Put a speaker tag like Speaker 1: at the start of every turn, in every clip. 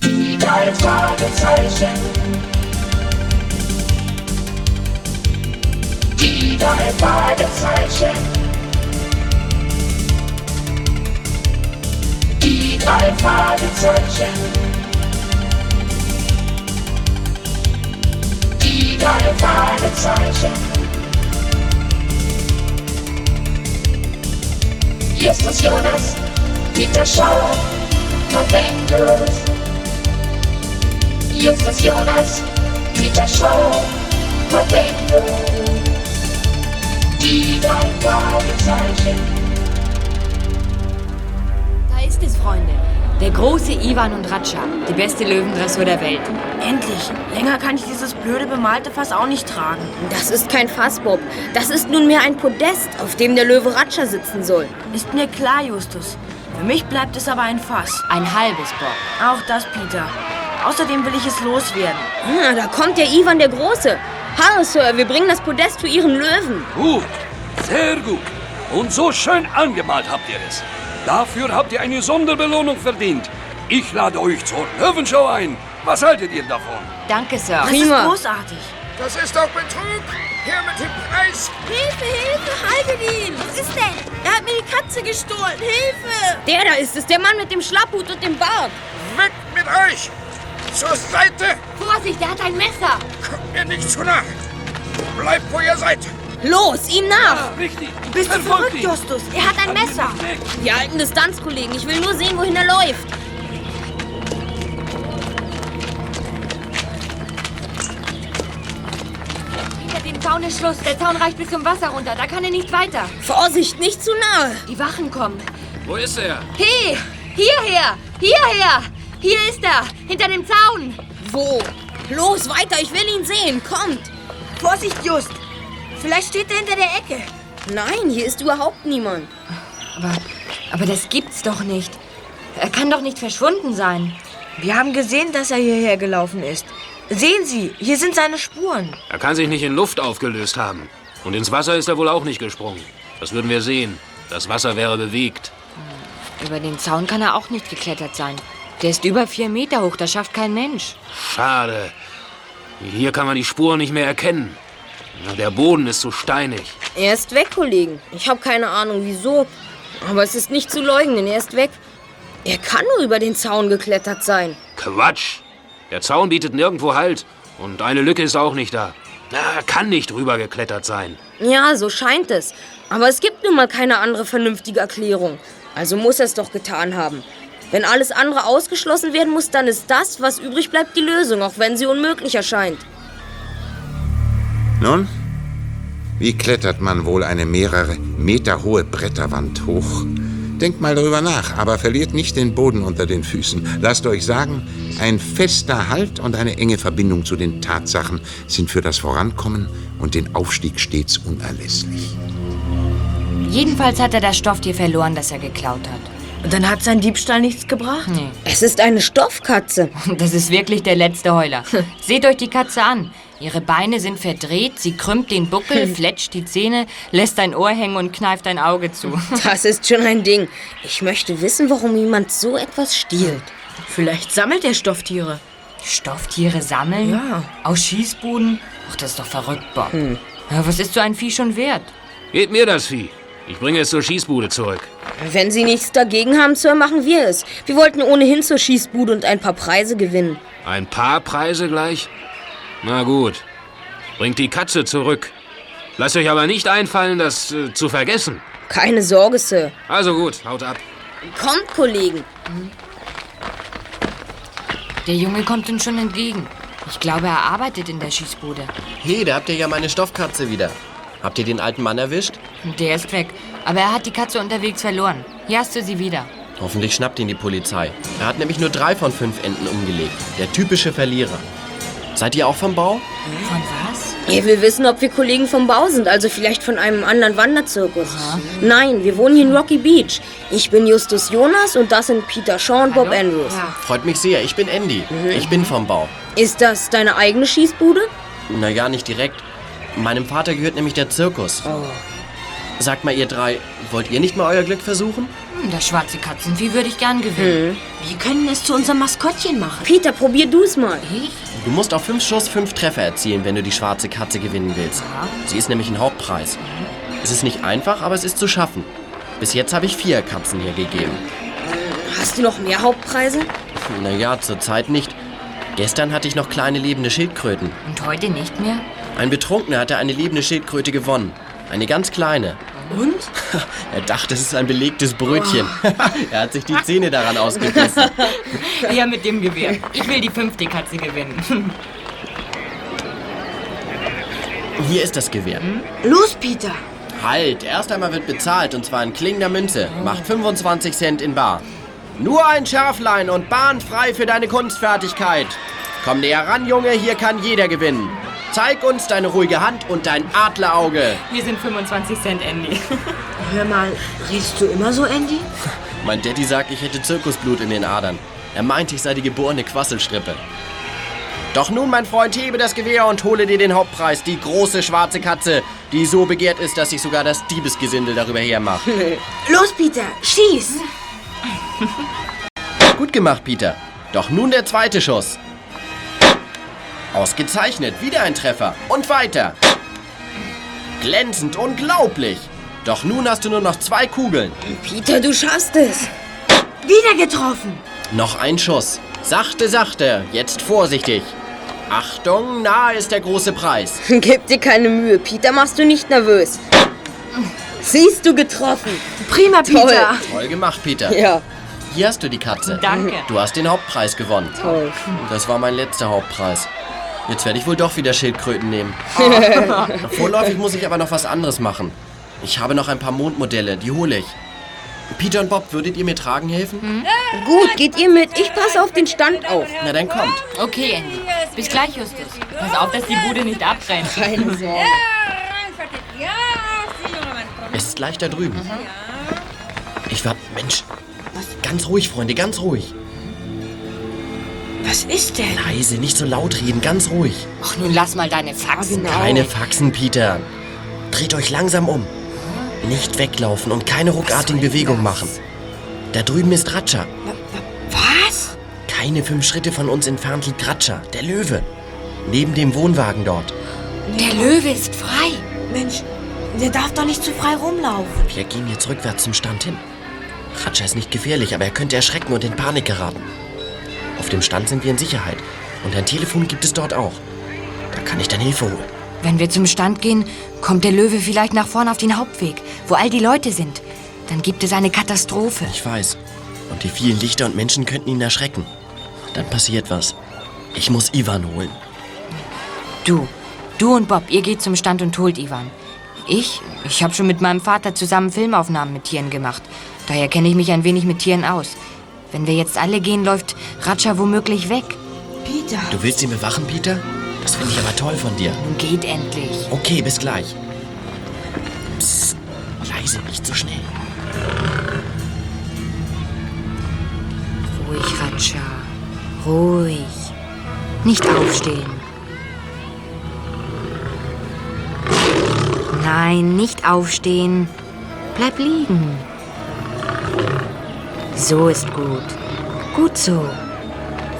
Speaker 1: drei Fragezeichen. Die drei Fragezeichen. Die drei Fragezeichen. Die drei Fragezeichen. Hier ist das Jonas, Peter Schauer und Engels. Hier ist das Jonas, Peter Schauer und Engels. Die drei Fragezeichen.
Speaker 2: Da ist es, Freunde. Der große Ivan und Ratscha, die beste Löwendressur der Welt.
Speaker 3: Endlich! Länger kann ich dieses blöde bemalte Fass auch nicht tragen.
Speaker 4: Das ist kein Fass, Bob. Das ist nunmehr ein Podest, auf dem der Löwe Ratscher sitzen soll.
Speaker 3: Ist mir klar, Justus. Für mich bleibt es aber ein Fass.
Speaker 2: Ein halbes Bob.
Speaker 3: Auch das, Peter. Außerdem will ich es loswerden.
Speaker 4: Ah, da kommt der Ivan der Große. Hallo, Sir, wir bringen das Podest für Ihren Löwen.
Speaker 5: Gut, sehr gut. Und so schön angemalt habt ihr es. Dafür habt ihr eine Sonderbelohnung verdient. Ich lade euch zur Löwenschau ein. Was haltet ihr davon?
Speaker 2: Danke, Sir.
Speaker 3: Das
Speaker 4: Prima.
Speaker 3: ist großartig.
Speaker 6: Das ist doch Betrug! Her mit dem Preis!
Speaker 7: Hilfe, Hilfe, haltet ihn! Was ist denn? Er hat mir die Katze gestohlen! Hilfe!
Speaker 4: Der da ist es, der Mann mit dem Schlapphut und dem Bart.
Speaker 6: Weg mit euch! Zur Seite!
Speaker 7: Vorsicht, er hat ein Messer!
Speaker 6: Kommt mir nicht zu nah! Bleibt, wo ihr seid!
Speaker 4: Los, ihm nach!
Speaker 5: Richtig.
Speaker 3: Bist du
Speaker 5: Verfolgt
Speaker 3: verrückt,
Speaker 5: ihn.
Speaker 3: Justus?
Speaker 7: Er hat ein Messer!
Speaker 4: Wir halten Distanz, Kollegen. Ich will nur sehen, wohin er läuft.
Speaker 7: Hinter dem Zaun ist Schluss. Der Zaun reicht bis zum Wasser runter. Da kann er nicht weiter.
Speaker 4: Vorsicht, nicht zu nahe.
Speaker 7: Die Wachen kommen.
Speaker 5: Wo ist er?
Speaker 7: Hey! Hierher! Hierher! Hier ist er! Hinter dem Zaun!
Speaker 4: Wo? Los, weiter, ich will ihn sehen. Kommt.
Speaker 3: Vorsicht, Just!
Speaker 7: Vielleicht steht er hinter der Ecke.
Speaker 4: Nein, hier ist überhaupt niemand.
Speaker 2: Aber, aber das gibt's doch nicht. Er kann doch nicht verschwunden sein.
Speaker 3: Wir haben gesehen, dass er hierher gelaufen ist. Sehen Sie, hier sind seine Spuren.
Speaker 8: Er kann sich nicht in Luft aufgelöst haben. Und ins Wasser ist er wohl auch nicht gesprungen. Das würden wir sehen. Das Wasser wäre bewegt.
Speaker 2: Hm, Über den Zaun kann er auch nicht geklettert sein. Der ist über vier Meter hoch, das schafft kein Mensch.
Speaker 8: Schade. Hier kann man die Spuren nicht mehr erkennen. Der Boden ist so steinig.
Speaker 4: Er ist weg, Kollegen. Ich habe keine Ahnung, wieso. Aber es ist nicht zu leugnen, er ist weg. Er kann nur über den Zaun geklettert sein.
Speaker 8: Quatsch. Der Zaun bietet nirgendwo Halt. Und eine Lücke ist auch nicht da. Na, er kann nicht rübergeklettert sein.
Speaker 4: Ja, so scheint es. Aber es gibt nun mal keine andere vernünftige Erklärung. Also muss er es doch getan haben. Wenn alles andere ausgeschlossen werden muss, dann ist das, was übrig bleibt, die Lösung, auch wenn sie unmöglich erscheint.
Speaker 9: Nun? Wie klettert man wohl eine mehrere Meter hohe Bretterwand hoch? Denkt mal darüber nach, aber verliert nicht den Boden unter den Füßen. Lasst euch sagen, ein fester Halt und eine enge Verbindung zu den Tatsachen sind für das Vorankommen und den Aufstieg stets unerlässlich.
Speaker 2: Jedenfalls hat er das Stofftier verloren, das er geklaut hat.
Speaker 3: Und dann hat sein Diebstahl nichts gebracht.
Speaker 4: Es ist eine Stoffkatze.
Speaker 2: Und das ist wirklich der letzte Heuler. Seht euch die Katze an. Ihre Beine sind verdreht, sie krümmt den Buckel, fletscht die Zähne, lässt ein Ohr hängen und kneift ein Auge zu.
Speaker 4: Das ist schon ein Ding. Ich möchte wissen, warum jemand so etwas stiehlt.
Speaker 3: Vielleicht sammelt er Stofftiere.
Speaker 2: Stofftiere sammeln?
Speaker 3: Ja.
Speaker 2: Aus Schießbuden? Ach, das ist doch verrückt, Bob. Ja, was ist so ein Vieh schon wert?
Speaker 8: Gebt mir das Vieh. Ich bringe es zur Schießbude zurück.
Speaker 4: Wenn Sie nichts dagegen haben, Sir, machen wir es. Wir wollten ohnehin zur Schießbude und ein paar Preise gewinnen.
Speaker 8: Ein paar Preise gleich? Na gut. Bringt die Katze zurück. Lasst euch aber nicht einfallen, das äh, zu vergessen.
Speaker 4: Keine Sorge, Sir.
Speaker 8: Also gut, haut ab.
Speaker 4: Kommt, Kollegen.
Speaker 2: Der Junge kommt uns schon entgegen. Ich glaube, er arbeitet in der Schießbude.
Speaker 10: Hey, da habt ihr ja meine Stoffkatze wieder. Habt ihr den alten Mann erwischt?
Speaker 2: Und Der ist weg. Aber er hat die Katze unterwegs verloren. Hier hast du sie wieder.
Speaker 10: Hoffentlich schnappt ihn die Polizei. Er hat nämlich nur drei von fünf Enten umgelegt. Der typische Verlierer. Seid ihr auch vom Bau?
Speaker 2: Von was?
Speaker 4: Er will wissen, ob wir Kollegen vom Bau sind, also vielleicht von einem anderen Wanderzirkus. Nein, wir wohnen hier in Rocky Beach. Ich bin Justus Jonas und das sind Peter Shaw und Bob Andrews.
Speaker 10: Freut mich sehr, ich bin Andy. Ich bin vom Bau.
Speaker 4: Ist das deine eigene Schießbude?
Speaker 10: Naja, nicht direkt. Meinem Vater gehört nämlich der Zirkus. Sagt mal, ihr drei, wollt ihr nicht mal euer Glück versuchen?
Speaker 2: Hm, das schwarze Katzenvieh würde ich gern gewinnen.
Speaker 3: Wir können es zu unserem Maskottchen machen.
Speaker 4: Peter, probier du es mal.
Speaker 2: Ich?
Speaker 10: Du musst auf fünf Schuss fünf Treffer erzielen, wenn du die schwarze Katze gewinnen willst. Sie ist nämlich ein Hauptpreis. Es ist nicht einfach, aber es ist zu schaffen. Bis jetzt habe ich vier Katzen hier gegeben.
Speaker 4: Hast du noch mehr Hauptpreise?
Speaker 10: Naja, zurzeit nicht. Gestern hatte ich noch kleine lebende Schildkröten.
Speaker 2: Und heute nicht mehr?
Speaker 10: Ein Betrunkener hatte eine lebende Schildkröte gewonnen. Eine ganz kleine.
Speaker 3: Und?
Speaker 10: Er dachte, es ist ein belegtes Brötchen. er hat sich die Zähne daran ausgebissen.
Speaker 2: Ja, mit dem Gewehr. Ich will die fünfte Katze gewinnen.
Speaker 10: Hier ist das Gewehr.
Speaker 11: Los, Peter.
Speaker 10: Halt, erst einmal wird bezahlt und zwar in klingender Münze. Macht 25 Cent in Bar. Nur ein Schärflein und bahnfrei für deine Kunstfertigkeit. Komm näher ran, Junge, hier kann jeder gewinnen. Zeig uns deine ruhige Hand und dein Adlerauge.
Speaker 2: Wir sind 25 Cent, Andy.
Speaker 11: Hör mal, redest du immer so, Andy?
Speaker 10: Mein Daddy sagt, ich hätte Zirkusblut in den Adern. Er meint, ich sei die geborene Quasselstrippe. Doch nun, mein Freund, hebe das Gewehr und hole dir den Hauptpreis, die große schwarze Katze, die so begehrt ist, dass sich sogar das Diebesgesindel darüber hermacht.
Speaker 11: Los, Peter, schieß.
Speaker 10: Gut gemacht, Peter. Doch nun der zweite Schuss. Ausgezeichnet, wieder ein Treffer. Und weiter. Glänzend, unglaublich. Doch nun hast du nur noch zwei Kugeln.
Speaker 4: Peter, du schaffst es.
Speaker 11: Wieder getroffen.
Speaker 10: Noch ein Schuss. Sachte, sachte. Jetzt vorsichtig. Achtung, nahe ist der große Preis.
Speaker 4: Gib dir keine Mühe, Peter, machst du nicht nervös. Siehst du getroffen.
Speaker 11: Prima,
Speaker 4: Toll.
Speaker 11: Peter.
Speaker 10: Toll gemacht, Peter.
Speaker 4: Ja.
Speaker 10: Hier hast du die Katze.
Speaker 2: Danke.
Speaker 10: Du hast den Hauptpreis gewonnen.
Speaker 4: Toll.
Speaker 10: Das war mein letzter Hauptpreis. Jetzt werde ich wohl doch wieder Schildkröten nehmen. Vorläufig muss ich aber noch was anderes machen. Ich habe noch ein paar Mondmodelle, die hole ich. Peter und Bob, würdet ihr mir tragen helfen?
Speaker 4: Gut, geht ihr mit. Ich passe auf den Stand auf.
Speaker 10: Na dann kommt.
Speaker 2: Okay, Andy. Bis gleich, Justus. Pass auf, dass die Bude nicht abbrennt.
Speaker 4: Keine Sorge.
Speaker 10: Es ist gleich da drüben. Ich war. Mensch. Ganz ruhig, Freunde, ganz ruhig.
Speaker 11: Was ist denn?
Speaker 10: Leise, nicht so laut reden, ganz ruhig.
Speaker 2: Ach, nun lass mal deine Faxen.
Speaker 10: Keine
Speaker 3: Genau.
Speaker 10: Faxen, Peter. Dreht euch langsam um. Nicht weglaufen und keine ruckartigen Bewegungen machen. Da drüben ist Ratscha.
Speaker 11: Was?
Speaker 10: Keine fünf Schritte von uns entfernt liegt Ratscha, der Löwe. Neben dem Wohnwagen dort.
Speaker 2: Der Löwe ist frei.
Speaker 3: Mensch, der darf doch nicht zu frei rumlaufen.
Speaker 10: Wir gehen jetzt rückwärts zum Stand hin. Ratscha ist nicht gefährlich, aber er könnte erschrecken und in Panik geraten. Auf dem Stand sind wir in Sicherheit. Und ein Telefon gibt es dort auch. Da kann ich dann Hilfe holen.
Speaker 2: Wenn wir zum Stand gehen, kommt der Löwe vielleicht nach vorn auf den Hauptweg, wo all die Leute sind. Dann gibt es eine Katastrophe.
Speaker 10: Ich weiß. Und die vielen Lichter und Menschen könnten ihn erschrecken. Dann passiert was. Ich muss Ivan holen.
Speaker 2: Du, du und Bob, ihr geht zum Stand und holt Ivan. Ich, ich habe schon mit meinem Vater zusammen Filmaufnahmen mit Tieren gemacht. Daher kenne ich mich ein wenig mit Tieren aus. Wenn wir jetzt alle gehen, läuft Ratscha womöglich weg.
Speaker 11: Peter.
Speaker 10: Du willst ihn bewachen, Peter? Das finde ich aber toll von dir.
Speaker 2: Nun geht endlich.
Speaker 10: Okay, bis gleich. Psst, leise, nicht so schnell.
Speaker 2: Ruhig, Ratscha. Ruhig. Nicht aufstehen. Nein, nicht aufstehen. Bleib liegen. So ist gut. Gut so.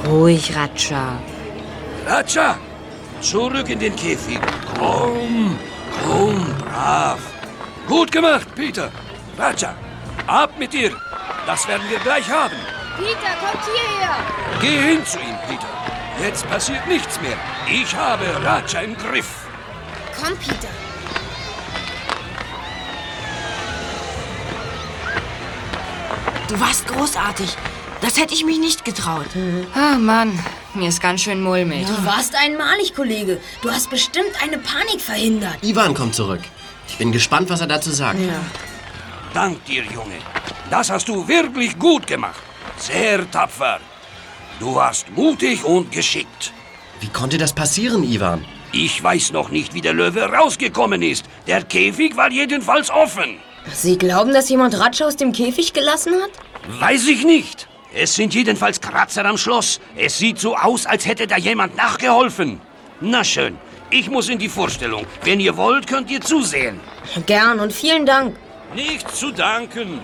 Speaker 2: Ruhig, Ratscha.
Speaker 12: Ratscha, zurück in den Käfig. Komm, komm, brav. Gut gemacht, Peter. Ratscha, ab mit dir. Das werden wir gleich haben.
Speaker 3: Peter, kommt hierher.
Speaker 12: Geh hin zu ihm, Peter. Jetzt passiert nichts mehr. Ich habe Ratscha im Griff.
Speaker 3: Komm, Peter.
Speaker 11: Du warst großartig. Das hätte ich mich nicht getraut.
Speaker 2: Ah, Mann, mir ist ganz schön mulmig.
Speaker 3: Du warst einmalig, Kollege. Du hast bestimmt eine Panik verhindert.
Speaker 10: Ivan kommt zurück. Ich bin gespannt, was er dazu sagt.
Speaker 12: Dank dir, Junge. Das hast du wirklich gut gemacht. Sehr tapfer. Du warst mutig und geschickt.
Speaker 10: Wie konnte das passieren, Ivan?
Speaker 12: Ich weiß noch nicht, wie der Löwe rausgekommen ist. Der Käfig war jedenfalls offen.
Speaker 4: Sie glauben, dass jemand Ratsche aus dem Käfig gelassen hat?
Speaker 12: Weiß ich nicht. Es sind jedenfalls Kratzer am Schloss. Es sieht so aus, als hätte da jemand nachgeholfen. Na schön,
Speaker 5: Ich muss in die Vorstellung. Wenn ihr wollt, könnt ihr zusehen.
Speaker 4: Gern und vielen Dank.
Speaker 5: Nicht zu danken.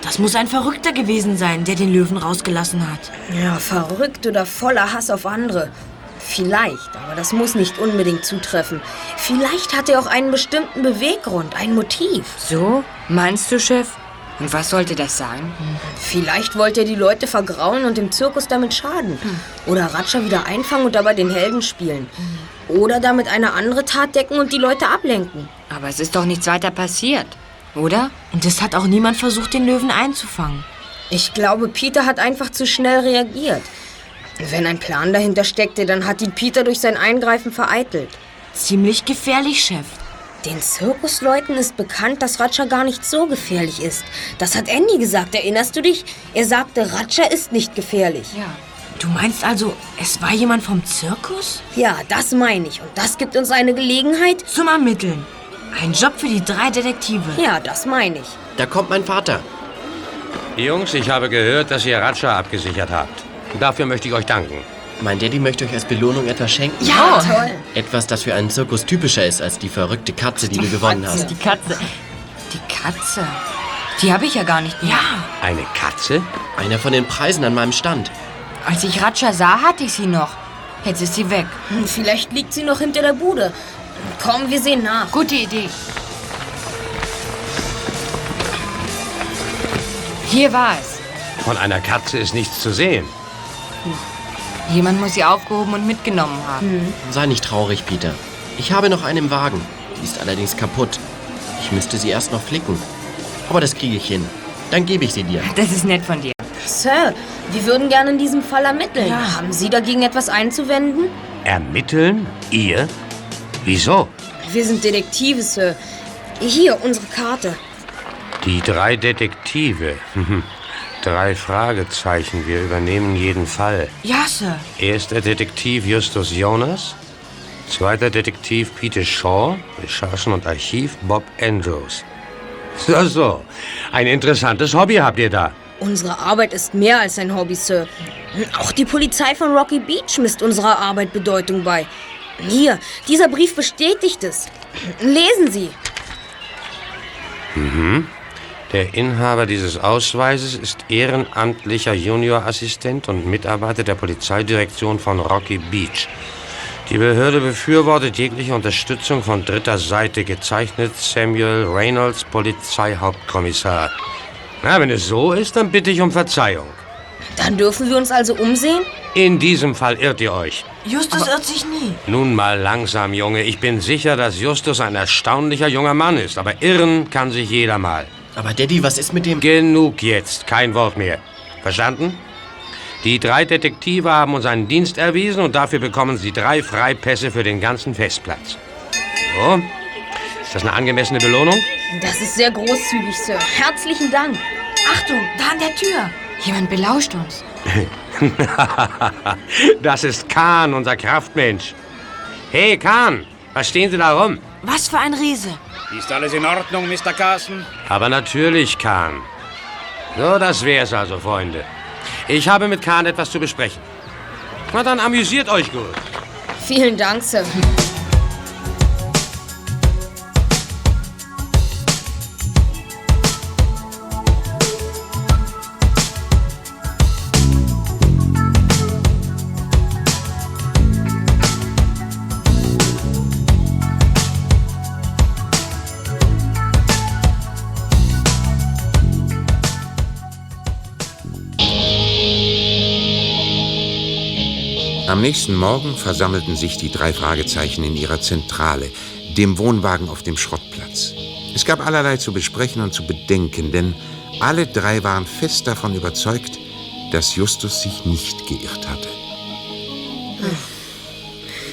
Speaker 3: Das muss ein Verrückter gewesen sein, der den Löwen rausgelassen hat.
Speaker 4: Ja, verrückt oder voller Hass auf andere. Vielleicht, aber das muss nicht unbedingt zutreffen. Vielleicht hat er auch einen bestimmten Beweggrund, ein Motiv.
Speaker 2: So? Meinst du, Chef? Und was sollte das sein?
Speaker 4: Vielleicht wollte er die Leute vergraulen und dem Zirkus damit schaden. Oder Ratscha wieder einfangen und dabei den Helden spielen. Oder damit eine andere Tat decken und die Leute ablenken.
Speaker 2: Aber es ist doch nichts weiter passiert, oder?
Speaker 3: Und es hat auch niemand versucht, den Löwen einzufangen.
Speaker 4: Ich glaube, Peter hat einfach zu schnell reagiert. Wenn ein Plan dahinter steckte, dann hat ihn Peter durch sein Eingreifen vereitelt.
Speaker 3: Ziemlich gefährlich, Chef.
Speaker 4: Den Zirkusleuten ist bekannt, dass Ratscha gar nicht so gefährlich ist. Das hat Andy gesagt, erinnerst du dich? Er sagte, Ratscha ist nicht gefährlich.
Speaker 2: Ja.
Speaker 3: Du meinst also, es war jemand vom Zirkus?
Speaker 4: Ja, das meine ich. Und das gibt uns eine Gelegenheit?
Speaker 3: Zum Ermitteln. Ein Job für die drei Detektive.
Speaker 4: Ja, das meine ich.
Speaker 10: Da kommt mein Vater.
Speaker 12: Jungs, ich habe gehört, dass ihr Ratscha abgesichert habt. Dafür möchte ich euch danken.
Speaker 10: Mein Daddy möchte euch als Belohnung etwas schenken. Oh.
Speaker 4: Ja, toll.
Speaker 10: Etwas, das für einen Zirkus typischer ist als die verrückte Katze, die du gewonnen hast.
Speaker 2: Die Katze. Die Katze. Die habe ich ja gar nicht mehr. Ja.
Speaker 12: Eine Katze?
Speaker 10: Einer von den Preisen an meinem Stand.
Speaker 2: Als ich Ratscha sah, hatte ich sie noch. Jetzt ist sie weg.
Speaker 4: Hm, Vielleicht liegt sie noch hinter der Bude. Komm, wir sehen nach.
Speaker 2: Gute Idee. Hier war es.
Speaker 12: Von einer Katze ist nichts zu sehen.
Speaker 2: Jemand muss sie aufgehoben und mitgenommen haben.
Speaker 4: Hm.
Speaker 10: Sei nicht traurig, Peter. Ich habe noch einen im Wagen. Die ist allerdings kaputt. Ich müsste sie erst noch flicken. Aber das kriege ich hin. Dann gebe ich sie dir.
Speaker 2: Das ist nett von dir.
Speaker 4: Sir, wir würden gerne in diesem Fall ermitteln. Haben Sie dagegen etwas einzuwenden?
Speaker 12: Ermitteln? Ihr? Wieso?
Speaker 4: Wir sind Detektive, Sir. Hier, unsere Karte.
Speaker 12: Die drei Detektive. drei Fragezeichen. Wir übernehmen jeden Fall.
Speaker 3: Ja, Sir.
Speaker 12: Erster Detektiv Justus Jonas. Zweiter Detektiv Peter Shaw. Recherchen und Archiv Bob Andrews. So, so. Ein interessantes Hobby habt ihr da.
Speaker 4: Unsere Arbeit ist mehr als ein Hobby, Sir. Auch die Polizei von Rocky Beach misst unserer Arbeit Bedeutung bei. Hier, dieser Brief bestätigt es. Lesen Sie.
Speaker 12: Der Inhaber dieses Ausweises ist ehrenamtlicher Juniorassistent und Mitarbeiter der Polizeidirektion von Rocky Beach. Die Behörde befürwortet jegliche Unterstützung von dritter Seite, gezeichnet Samuel Reynolds, Polizeihauptkommissar. Na, wenn es so ist, dann bitte ich um Verzeihung.
Speaker 4: Dann dürfen wir uns also umsehen?
Speaker 12: In diesem Fall irrt ihr euch.
Speaker 3: Justus irrt sich nie.
Speaker 12: Nun mal langsam, Junge. Ich bin sicher, dass Justus ein erstaunlicher junger Mann ist, aber irren kann sich jeder mal.
Speaker 10: Aber Daddy, was ist mit dem...
Speaker 12: Genug jetzt, kein Wort mehr. Verstanden? Die drei Detektive haben uns einen Dienst erwiesen und dafür bekommen sie drei Freipässe für den ganzen Festplatz. So, ist das eine angemessene Belohnung?
Speaker 4: Das ist sehr großzügig, Sir. Herzlichen Dank.
Speaker 3: Achtung, da an der Tür.
Speaker 2: Jemand belauscht uns.
Speaker 12: das ist Kahn, unser Kraftmensch. Hey, Kahn, was stehen Sie da rum?
Speaker 3: Was für ein Riese.
Speaker 6: Ist alles in Ordnung, Mr. Carson?
Speaker 12: Aber natürlich, Kahn. So, das wär's also, Freunde. Ich habe mit Kahn etwas zu besprechen. Na dann amüsiert euch gut.
Speaker 4: Vielen Dank, Sir.
Speaker 9: Am nächsten Morgen versammelten sich die drei Fragezeichen in ihrer Zentrale, dem Wohnwagen auf dem Schrottplatz. Es gab allerlei zu besprechen und zu bedenken, denn alle drei waren fest davon überzeugt, dass Justus sich nicht geirrt hatte.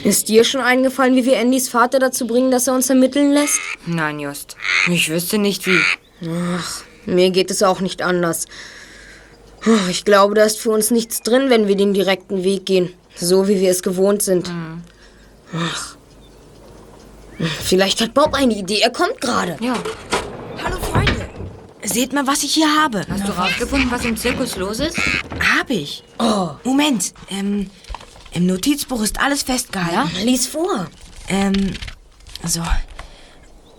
Speaker 4: Ist dir schon eingefallen, wie wir Andys Vater dazu bringen, dass er uns ermitteln lässt?
Speaker 2: Nein, Just. Ich wüsste nicht wie.
Speaker 4: Mir geht es auch nicht anders. Puh, Ich glaube, da ist für uns nichts drin, wenn wir den direkten Weg gehen. So wie wir es gewohnt sind. Ach. Vielleicht hat Bob eine Idee. Er kommt gerade.
Speaker 2: Ja.
Speaker 3: Hallo, Freunde. Seht mal, was ich hier habe.
Speaker 2: Hast du rausgefunden, was im Zirkus los ist?
Speaker 3: Hab ich. Moment. Ähm, Im Notizbuch ist alles festgehalten.
Speaker 4: Lies vor.
Speaker 3: Ähm, so.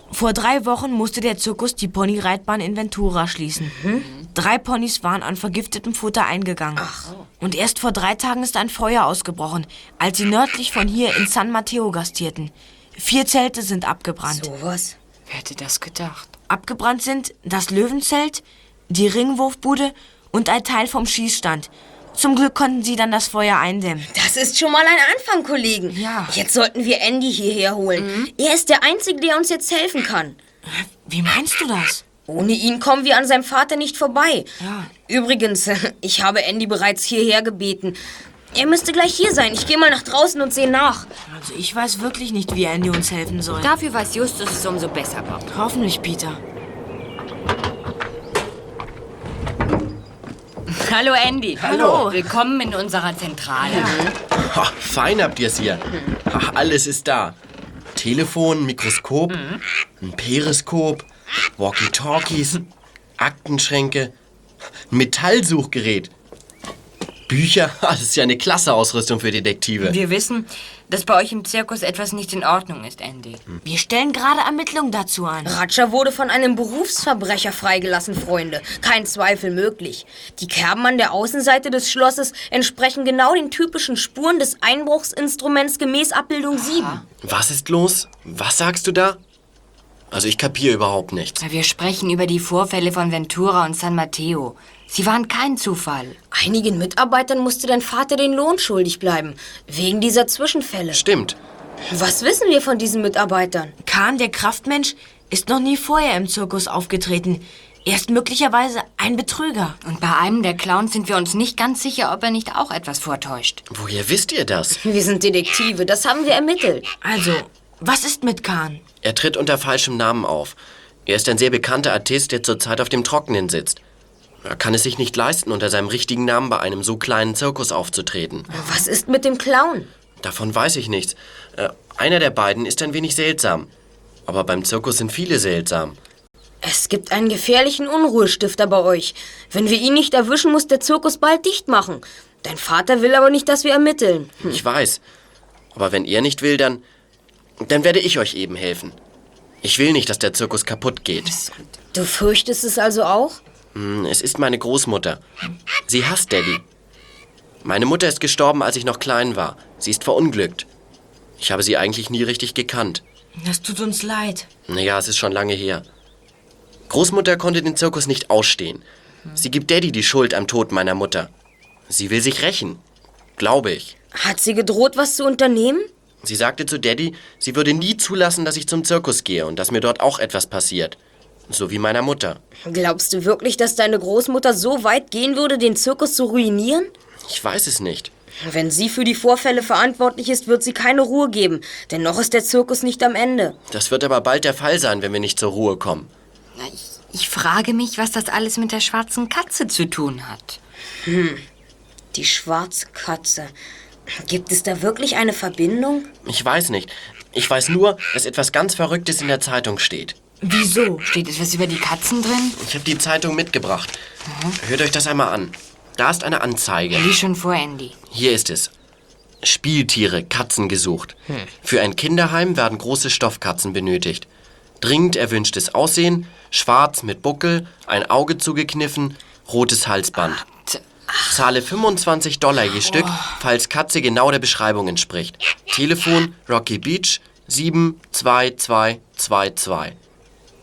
Speaker 3: Vor drei Wochen musste der Zirkus die Ponyreitbahn in Ventura schließen. Drei Ponys waren an vergiftetem Futter eingegangen. Und erst vor drei Tagen ist ein Feuer ausgebrochen, als sie nördlich von hier in San Mateo gastierten. Vier Zelte sind abgebrannt. So
Speaker 4: was?
Speaker 2: Wer hätte das gedacht?
Speaker 3: Abgebrannt sind das Löwenzelt, die Ringwurfbude und ein Teil vom Schießstand. Zum Glück konnten sie dann das Feuer eindämmen.
Speaker 4: Das ist schon mal ein Anfang, Kollegen. Ja. Jetzt sollten wir Andy hierher holen. Er ist der Einzige, der uns jetzt helfen kann.
Speaker 3: Wie meinst du das?
Speaker 4: Ohne ihn kommen wir an seinem Vater nicht vorbei.
Speaker 3: Ja.
Speaker 4: Übrigens, ich habe Andy bereits hierher gebeten. Er müsste gleich hier sein. Ich gehe mal nach draußen und sehe nach.
Speaker 3: Also ich weiß wirklich nicht, wie Andy uns helfen soll.
Speaker 2: Dafür weiß Justus es umso besser, Bob.
Speaker 3: Hoffentlich, Peter.
Speaker 2: Hallo Andy.
Speaker 10: Hallo.
Speaker 2: Willkommen in unserer Zentrale.
Speaker 10: Ha, fein habt ihr's hier. Ha, alles ist da. Telefon, Mikroskop, ein Periskop, Walkie-Talkies, Aktenschränke, ein Metallsuchgerät, Bücher. Ha, Das ist ja eine klasse Ausrüstung für Detektive.
Speaker 2: Wir wissen, dass bei euch im Zirkus etwas nicht in Ordnung ist, Andy.
Speaker 3: Hm. Wir stellen gerade Ermittlungen dazu an.
Speaker 4: Ratscher wurde von einem Berufsverbrecher freigelassen, Freunde. Kein Zweifel möglich. Die Kerben an der Außenseite des Schlosses entsprechen genau den typischen Spuren des Einbruchsinstruments gemäß Abbildung 7.
Speaker 10: Was ist los? Was sagst du da? Also ich kapiere überhaupt nichts.
Speaker 2: Wir sprechen über die Vorfälle von Ventura und San Mateo. Sie waren kein Zufall.
Speaker 4: Einigen Mitarbeitern musste dein Vater den Lohn schuldig bleiben, wegen dieser Zwischenfälle.
Speaker 10: Stimmt.
Speaker 4: Was wissen wir von diesen Mitarbeitern?
Speaker 3: Kahn, der Kraftmensch, ist noch nie vorher im Zirkus aufgetreten. Er ist möglicherweise ein Betrüger.
Speaker 2: Und bei einem der Clowns sind wir uns nicht ganz sicher, ob er nicht auch etwas vortäuscht.
Speaker 10: Woher wisst ihr das?
Speaker 4: Wir sind Detektive, das haben wir ermittelt.
Speaker 3: Also, was ist mit Kahn?
Speaker 10: Er tritt unter falschem Namen auf. Er ist ein sehr bekannter Artist, der zurzeit auf dem Trockenen sitzt. Er kann es sich nicht leisten, unter seinem richtigen Namen bei einem so kleinen Zirkus aufzutreten.
Speaker 4: Was ist mit dem Clown?
Speaker 10: Davon weiß ich nichts. Äh, einer der beiden ist ein wenig seltsam. Aber beim Zirkus sind viele seltsam.
Speaker 4: Es gibt einen gefährlichen Unruhestifter bei euch. Wenn wir ihn nicht erwischen, muss der Zirkus bald dicht machen. Dein Vater will aber nicht, dass wir ermitteln.
Speaker 10: Ich weiß. Aber wenn er nicht will, dann. dann werde ich euch eben helfen. Ich will nicht, dass der Zirkus kaputt geht.
Speaker 4: Du fürchtest es also auch?
Speaker 10: Hm, Es ist meine Großmutter. Sie hasst Daddy. Meine Mutter ist gestorben, als ich noch klein war. Sie ist verunglückt. Ich habe sie eigentlich nie richtig gekannt.
Speaker 3: Das tut uns leid.
Speaker 10: Naja, es ist schon lange her. Großmutter konnte den Zirkus nicht ausstehen. Sie gibt Daddy die Schuld am Tod meiner Mutter. Sie will sich rächen. Glaube ich.
Speaker 4: Hat sie gedroht, was zu unternehmen?
Speaker 10: Sie sagte zu Daddy, sie würde nie zulassen, dass ich zum Zirkus gehe und dass mir dort auch etwas passiert. So wie meiner Mutter.
Speaker 4: Glaubst du wirklich, dass deine Großmutter so weit gehen würde, den Zirkus zu ruinieren?
Speaker 10: Ich weiß es nicht.
Speaker 4: Wenn sie für die Vorfälle verantwortlich ist, wird sie keine Ruhe geben, denn noch ist der Zirkus nicht am Ende.
Speaker 10: Das wird aber bald der Fall sein, wenn wir nicht zur Ruhe kommen.
Speaker 2: Ich frage mich, was das alles mit der schwarzen Katze zu tun hat.
Speaker 4: Hm. Die schwarze Katze. Gibt es da wirklich eine Verbindung?
Speaker 10: Ich weiß nicht. Ich weiß nur, dass etwas ganz Verrücktes in der Zeitung steht.
Speaker 2: Wieso? Oh. Steht etwas über die Katzen drin?
Speaker 10: Ich habe die Zeitung mitgebracht. Hört euch das einmal an. Da ist eine Anzeige.
Speaker 2: Wie schon vor Andy.
Speaker 10: Hier ist es. Spieltiere, Katzen gesucht. Für ein Kinderheim werden große Stoffkatzen benötigt. Dringend erwünschtes Aussehen, schwarz mit Buckel, ein Auge zugekniffen, rotes Halsband. Zahle 25 Dollar je Stück, falls Katze genau der Beschreibung entspricht. Telefon Rocky Beach 72222.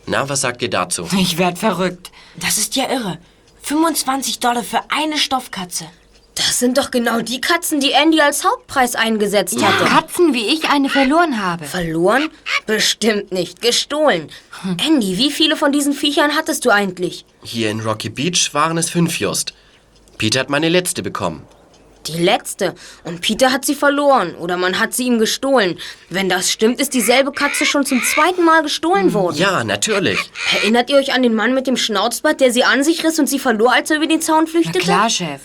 Speaker 10: Na, was sagt ihr dazu?
Speaker 2: Ich werd verrückt.
Speaker 3: Das ist ja irre. 25 Dollar für eine Stoffkatze.
Speaker 4: Das sind doch genau die Katzen, die Andy als Hauptpreis eingesetzt hatte.
Speaker 2: Katzen, wie ich eine verloren habe.
Speaker 4: Verloren? Bestimmt nicht. Gestohlen. Andy, wie viele von diesen Viechern hattest du eigentlich?
Speaker 10: Hier in Rocky Beach waren es fünf just. Peter hat meine letzte bekommen.
Speaker 4: Die letzte. Und Peter hat sie verloren. Oder man hat sie ihm gestohlen. Wenn das stimmt, ist dieselbe Katze schon zum zweiten Mal gestohlen worden.
Speaker 10: Ja, natürlich.
Speaker 4: Erinnert ihr euch an den Mann mit dem Schnauzbart, der sie an sich riss und sie verlor, als er über den Zaun flüchtete?
Speaker 2: Klar, Chef.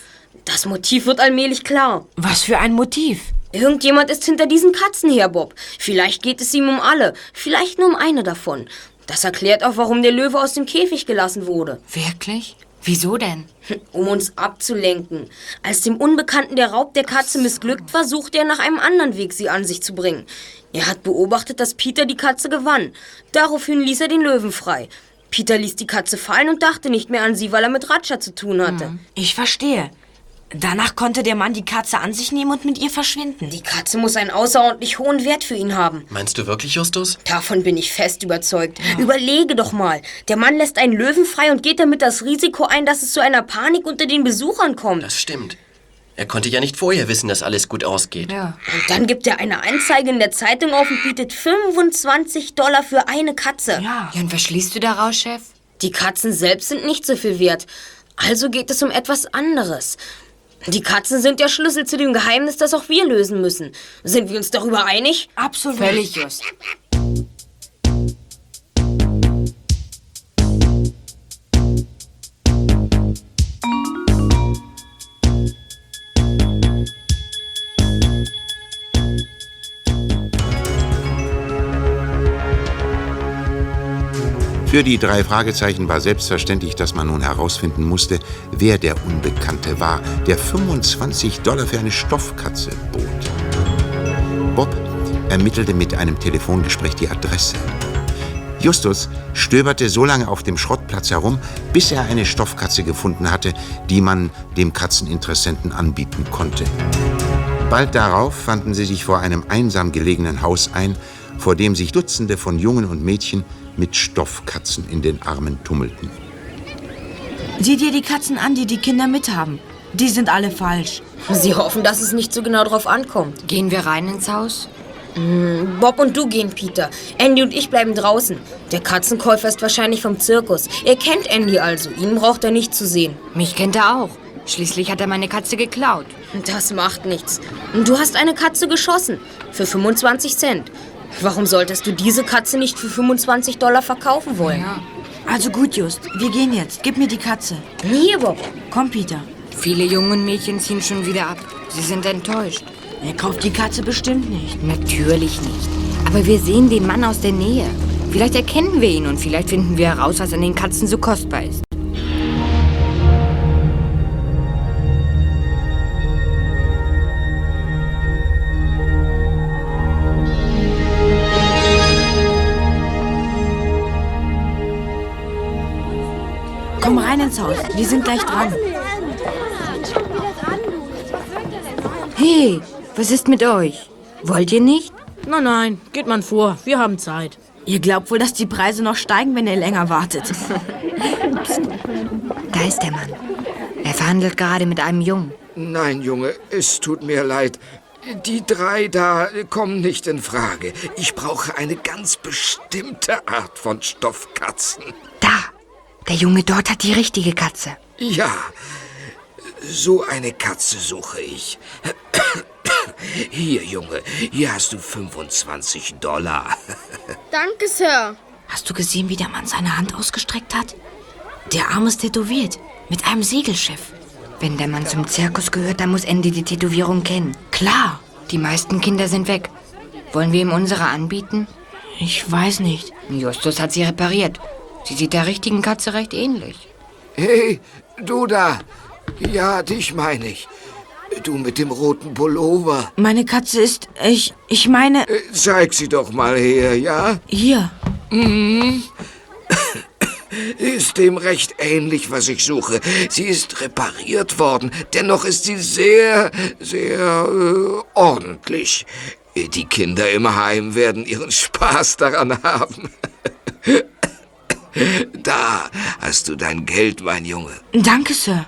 Speaker 4: Das Motiv wird allmählich klar.
Speaker 3: Was für ein Motiv.
Speaker 4: Irgendjemand ist hinter diesen Katzen her, Bob. Vielleicht geht es ihm um alle, vielleicht nur um eine davon. Das erklärt auch, warum der Löwe aus dem Käfig gelassen wurde.
Speaker 2: Wirklich? Wieso denn?
Speaker 4: Um uns abzulenken. Als dem Unbekannten der Raub der Katze missglückt war, suchte er nach einem anderen Weg, sie an sich zu bringen. Er hat beobachtet, dass Peter die Katze gewann. Daraufhin ließ er den Löwen frei. Peter ließ die Katze fallen und dachte nicht mehr an sie, weil er mit Ratscha zu tun hatte.
Speaker 3: Ich verstehe. Danach konnte der Mann die Katze an sich nehmen und mit ihr verschwinden.
Speaker 4: Die Katze muss einen außerordentlich hohen Wert für ihn haben.
Speaker 13: Meinst du wirklich, Justus?
Speaker 4: Davon bin ich fest überzeugt. Überlege doch mal. Der Mann lässt einen Löwen frei und geht damit das Risiko ein, dass es zu einer Panik unter den Besuchern kommt.
Speaker 13: Das stimmt. Er konnte ja nicht vorher wissen, dass alles gut ausgeht.
Speaker 4: Ja. Und dann gibt er eine Anzeige in der Zeitung auf und bietet 25 Dollar für eine Katze.
Speaker 2: Ja. ja und was schließt du daraus, Chef?
Speaker 4: Die Katzen selbst sind nicht so viel wert. Also geht es um etwas anderes. Die Katzen sind der Schlüssel zu dem Geheimnis, das auch wir lösen müssen. Sind wir uns darüber einig?
Speaker 3: Absolut.
Speaker 2: Völlig just.
Speaker 9: Für die drei Fragezeichen war selbstverständlich, dass man nun herausfinden musste, wer der Unbekannte war, der 25 Dollar für eine Stoffkatze bot. Bob ermittelte mit einem Telefongespräch die Adresse. Justus stöberte so lange auf dem Schrottplatz herum, bis er eine Stoffkatze gefunden hatte, die man dem Katzeninteressenten anbieten konnte. Bald darauf fanden sie sich vor einem einsam gelegenen Haus ein, vor dem sich Dutzende von Jungen und Mädchen mit Stoffkatzen in den Armen tummelten.
Speaker 3: Sieh dir die Katzen an, die die Kinder mithaben. Die sind alle falsch.
Speaker 4: Sie hoffen, dass es nicht so genau drauf ankommt.
Speaker 2: Gehen wir rein ins Haus?
Speaker 4: Mm, Bob und du gehen, Peter. Andy und ich bleiben draußen. Der Katzenkäufer ist wahrscheinlich vom Zirkus. Er kennt Andy also. Ihn braucht er nicht zu sehen.
Speaker 2: Mich kennt er auch. Schließlich hat er meine Katze geklaut.
Speaker 4: Das macht nichts. Du hast eine Katze geschossen. Für 25 Cent. Warum solltest du diese Katze nicht für 25 Dollar verkaufen wollen? Ja.
Speaker 3: Also gut, Just. Wir gehen jetzt. Gib mir die Katze.
Speaker 4: Hier, Bob.
Speaker 3: Komm, Peter.
Speaker 2: Viele junge Mädchen ziehen schon wieder ab. Sie sind enttäuscht.
Speaker 3: Er kauft die Katze bestimmt nicht.
Speaker 2: Natürlich nicht. Aber wir sehen den Mann aus der Nähe. Vielleicht erkennen wir ihn und vielleicht finden wir heraus, was an den Katzen so kostbar ist.
Speaker 3: Komm rein ins Haus. Wir sind gleich dran.
Speaker 2: Hey, was ist mit euch? Wollt ihr nicht?
Speaker 14: Nein, nein, geht man vor. Wir haben Zeit.
Speaker 3: Ihr glaubt wohl, dass die Preise noch steigen, wenn ihr länger wartet.
Speaker 2: Da ist der Mann. Er verhandelt gerade mit einem Jungen.
Speaker 6: Nein, Junge, es tut mir leid. Die drei da kommen nicht in Frage. Ich brauche eine ganz bestimmte Art von Stoffkatzen.
Speaker 2: Da, der Junge dort hat die richtige Katze.
Speaker 6: Ja, so eine Katze suche ich. Hier, Junge, hier hast du 25 Dollar.
Speaker 7: Danke, Sir.
Speaker 3: Hast du gesehen, wie der Mann seine Hand ausgestreckt hat? Der Arm ist tätowiert. Mit einem Segelschiff.
Speaker 2: Wenn der Mann zum Zirkus gehört, dann muss Andy die Tätowierung kennen.
Speaker 3: Klar.
Speaker 2: Die meisten Kinder sind weg. Wollen wir ihm unsere anbieten?
Speaker 3: Ich weiß nicht.
Speaker 2: Justus hat sie repariert. Sie sieht der richtigen Katze recht ähnlich.
Speaker 6: Hey, du da. Ja, dich meine ich. Du mit dem roten Pullover.
Speaker 3: Meine Katze ist. Ich. Ich meine.
Speaker 6: Zeig sie doch mal her, ja?
Speaker 3: Hier.
Speaker 6: Mhm. Ist dem recht ähnlich, was ich suche. Sie ist repariert worden. Dennoch ist sie sehr, sehr äh, ordentlich. Die Kinder im Heim werden ihren Spaß daran haben. Da hast du dein Geld, mein Junge.
Speaker 3: Danke, Sir.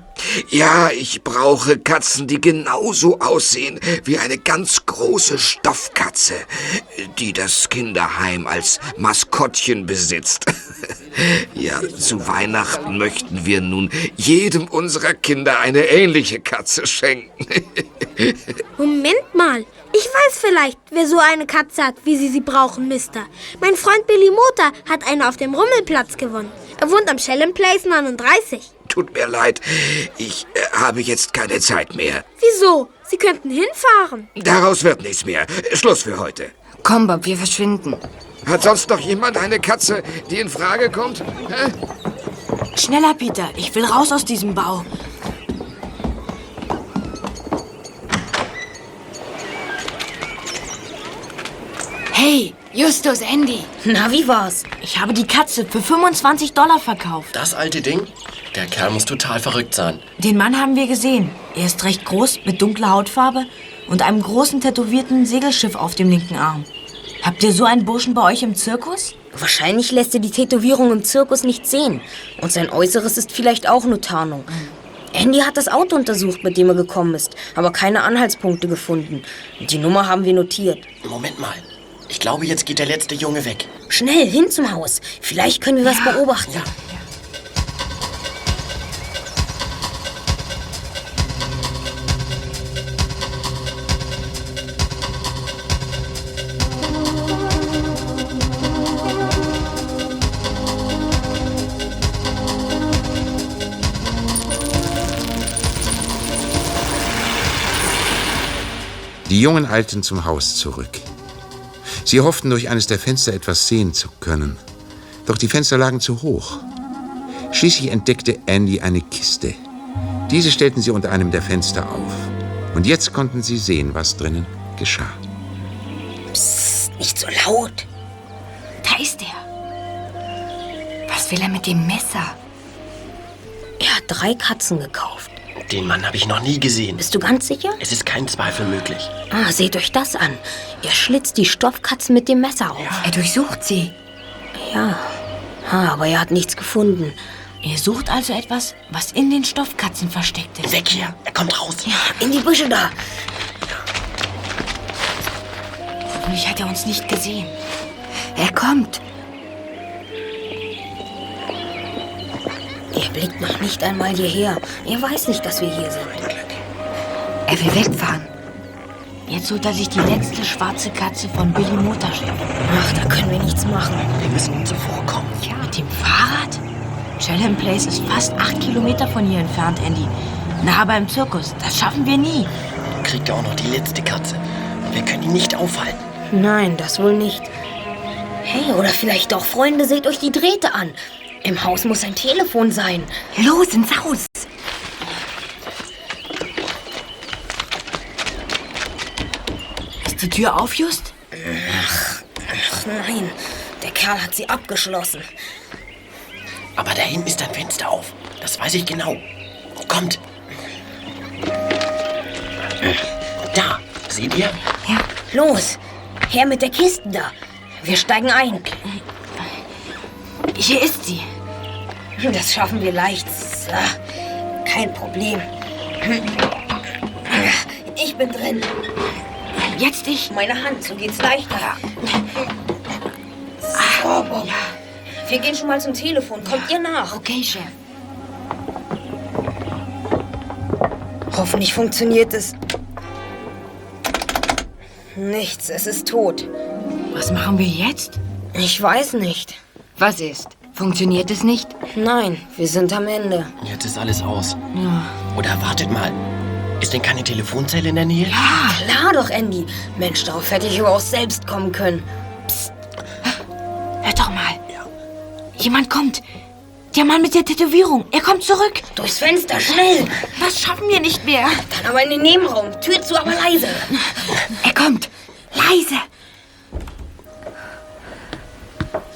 Speaker 6: Ja, ich brauche Katzen, die genauso aussehen wie eine ganz große Stoffkatze, die das Kinderheim als Maskottchen besitzt. Ja, zu Weihnachten möchten wir nun jedem unserer Kinder eine ähnliche Katze schenken.
Speaker 7: Moment mal, ich weiß vielleicht, wer so eine Katze hat, wie Sie sie brauchen, Mister. Mein Freund Billy Mota hat eine auf dem Rummelplatz gewonnen. Er wohnt am Shellen Place 39.
Speaker 6: Tut mir leid, ich äh, habe jetzt keine Zeit mehr.
Speaker 7: Wieso? Sie könnten hinfahren.
Speaker 6: Daraus wird nichts mehr. Schluss für heute.
Speaker 2: Komm, Bob, wir verschwinden.
Speaker 6: Hat sonst noch jemand eine Katze, die in Frage kommt? Hä?
Speaker 3: Schneller, Peter. Ich will raus aus diesem Bau. Hey, Justus, Andy.
Speaker 4: Na, wie war's?
Speaker 3: Ich habe die Katze für 25 Dollar verkauft.
Speaker 10: Das alte Ding? Der Kerl muss total verrückt sein.
Speaker 3: Den Mann haben wir gesehen. Er ist recht groß, mit dunkler Hautfarbe und einem großen tätowierten Segelschiff auf dem linken Arm. Habt ihr so einen Burschen bei euch im Zirkus?
Speaker 4: Wahrscheinlich lässt er die Tätowierung im Zirkus nicht sehen. Und sein Äußeres ist vielleicht auch nur Tarnung. Andy hat das Auto untersucht, mit dem er gekommen ist, aber keine Anhaltspunkte gefunden. Die Nummer haben wir notiert.
Speaker 10: Moment mal. Ich glaube, jetzt geht der letzte Junge weg.
Speaker 4: Schnell, hin zum Haus. Vielleicht können wir was beobachten.
Speaker 9: Die jungen Alten zum Haus zurück. Sie hofften, durch eines der Fenster etwas sehen zu können. Doch die Fenster lagen zu hoch. Schließlich entdeckte Andy eine Kiste. Diese stellten sie unter einem der Fenster auf. Und jetzt konnten sie sehen, was drinnen geschah.
Speaker 4: Psst, nicht so laut.
Speaker 2: Da ist er. Was will er mit dem Messer?
Speaker 4: Er hat drei Katzen gekauft.
Speaker 10: Den Mann habe ich noch nie gesehen.
Speaker 4: Bist du ganz sicher?
Speaker 10: Es ist kein Zweifel möglich.
Speaker 4: Ah, seht euch das an. Er schlitzt die Stoffkatzen mit dem Messer auf.
Speaker 2: Er durchsucht sie.
Speaker 4: Ja. Ah, aber er hat nichts gefunden.
Speaker 3: Ihr sucht also etwas, was in den Stoffkatzen versteckt ist.
Speaker 10: Weg hier, er kommt raus.
Speaker 4: In die Büsche da.
Speaker 3: Hoffentlich hat er uns nicht gesehen.
Speaker 2: Er kommt.
Speaker 4: Er blickt noch nicht einmal hierher. Er weiß nicht, dass wir hier sind.
Speaker 2: Er will wegfahren.
Speaker 3: Jetzt holt er sich die letzte schwarze Katze von Billy Motorschiff.
Speaker 4: Ach, da können wir nichts machen.
Speaker 10: Wir müssen ihm zuvorkommen.
Speaker 3: Mit dem Fahrrad? Chatham Place ist fast acht Kilometer von hier entfernt, Andy. Na, beim Zirkus. Das schaffen wir nie.
Speaker 10: Kriegt er auch noch die letzte Katze. Wir können ihn nicht aufhalten.
Speaker 4: Nein, das wohl nicht. Hey, oder vielleicht auch Freunde, seht euch die Drähte an. Im Haus muss ein Telefon sein.
Speaker 2: Los, ins Haus.
Speaker 3: Ist die Tür auf, Just?
Speaker 4: Ach nein, der Kerl hat sie abgeschlossen.
Speaker 10: Aber da hinten ist ein Fenster auf. Das weiß ich genau. Kommt. Da, seht ihr?
Speaker 4: Los, her mit der Kiste da. Wir steigen ein.
Speaker 3: Hier ist sie.
Speaker 4: Das schaffen wir leicht. So, Kein Problem. Ich bin drin.
Speaker 3: Jetzt ich.
Speaker 4: Meine Hand, so geht's leichter. So, Bob. Wir gehen schon mal zum Telefon. Kommt ihr nach?
Speaker 3: Okay, Chef.
Speaker 4: Hoffentlich funktioniert es. Nichts, es ist tot.
Speaker 3: Was machen wir jetzt?
Speaker 4: Ich weiß nicht.
Speaker 2: Was ist? Funktioniert es nicht?
Speaker 4: Nein, wir sind am Ende.
Speaker 10: Jetzt ist alles aus. Oder wartet mal. Ist denn keine Telefonzelle in der Nähe? Ja.
Speaker 4: Klar doch, Andy. Mensch, darauf hätte ich aber auch selbst kommen können.
Speaker 3: Hört doch mal. Jemand kommt. Der Mann mit der Tätowierung. Er kommt zurück.
Speaker 4: Durchs Fenster, schnell!
Speaker 3: Das schaffen wir nicht mehr.
Speaker 4: Dann aber in den Nebenraum. Tür zu, aber leise.
Speaker 3: Er kommt. Leise.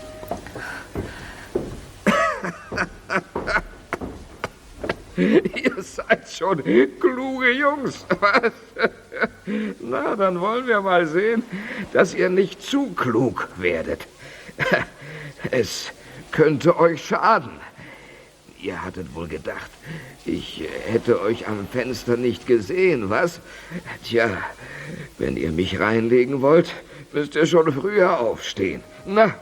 Speaker 6: Ihr seid schon kluge Jungs. Was? Na, dann wollen wir mal sehen, dass ihr nicht zu klug werdet. Es könnte euch schaden. Ihr hattet wohl gedacht, ich hätte euch am Fenster nicht gesehen, was? Tja, wenn ihr mich reinlegen wollt, müsst ihr schon früher aufstehen. Na,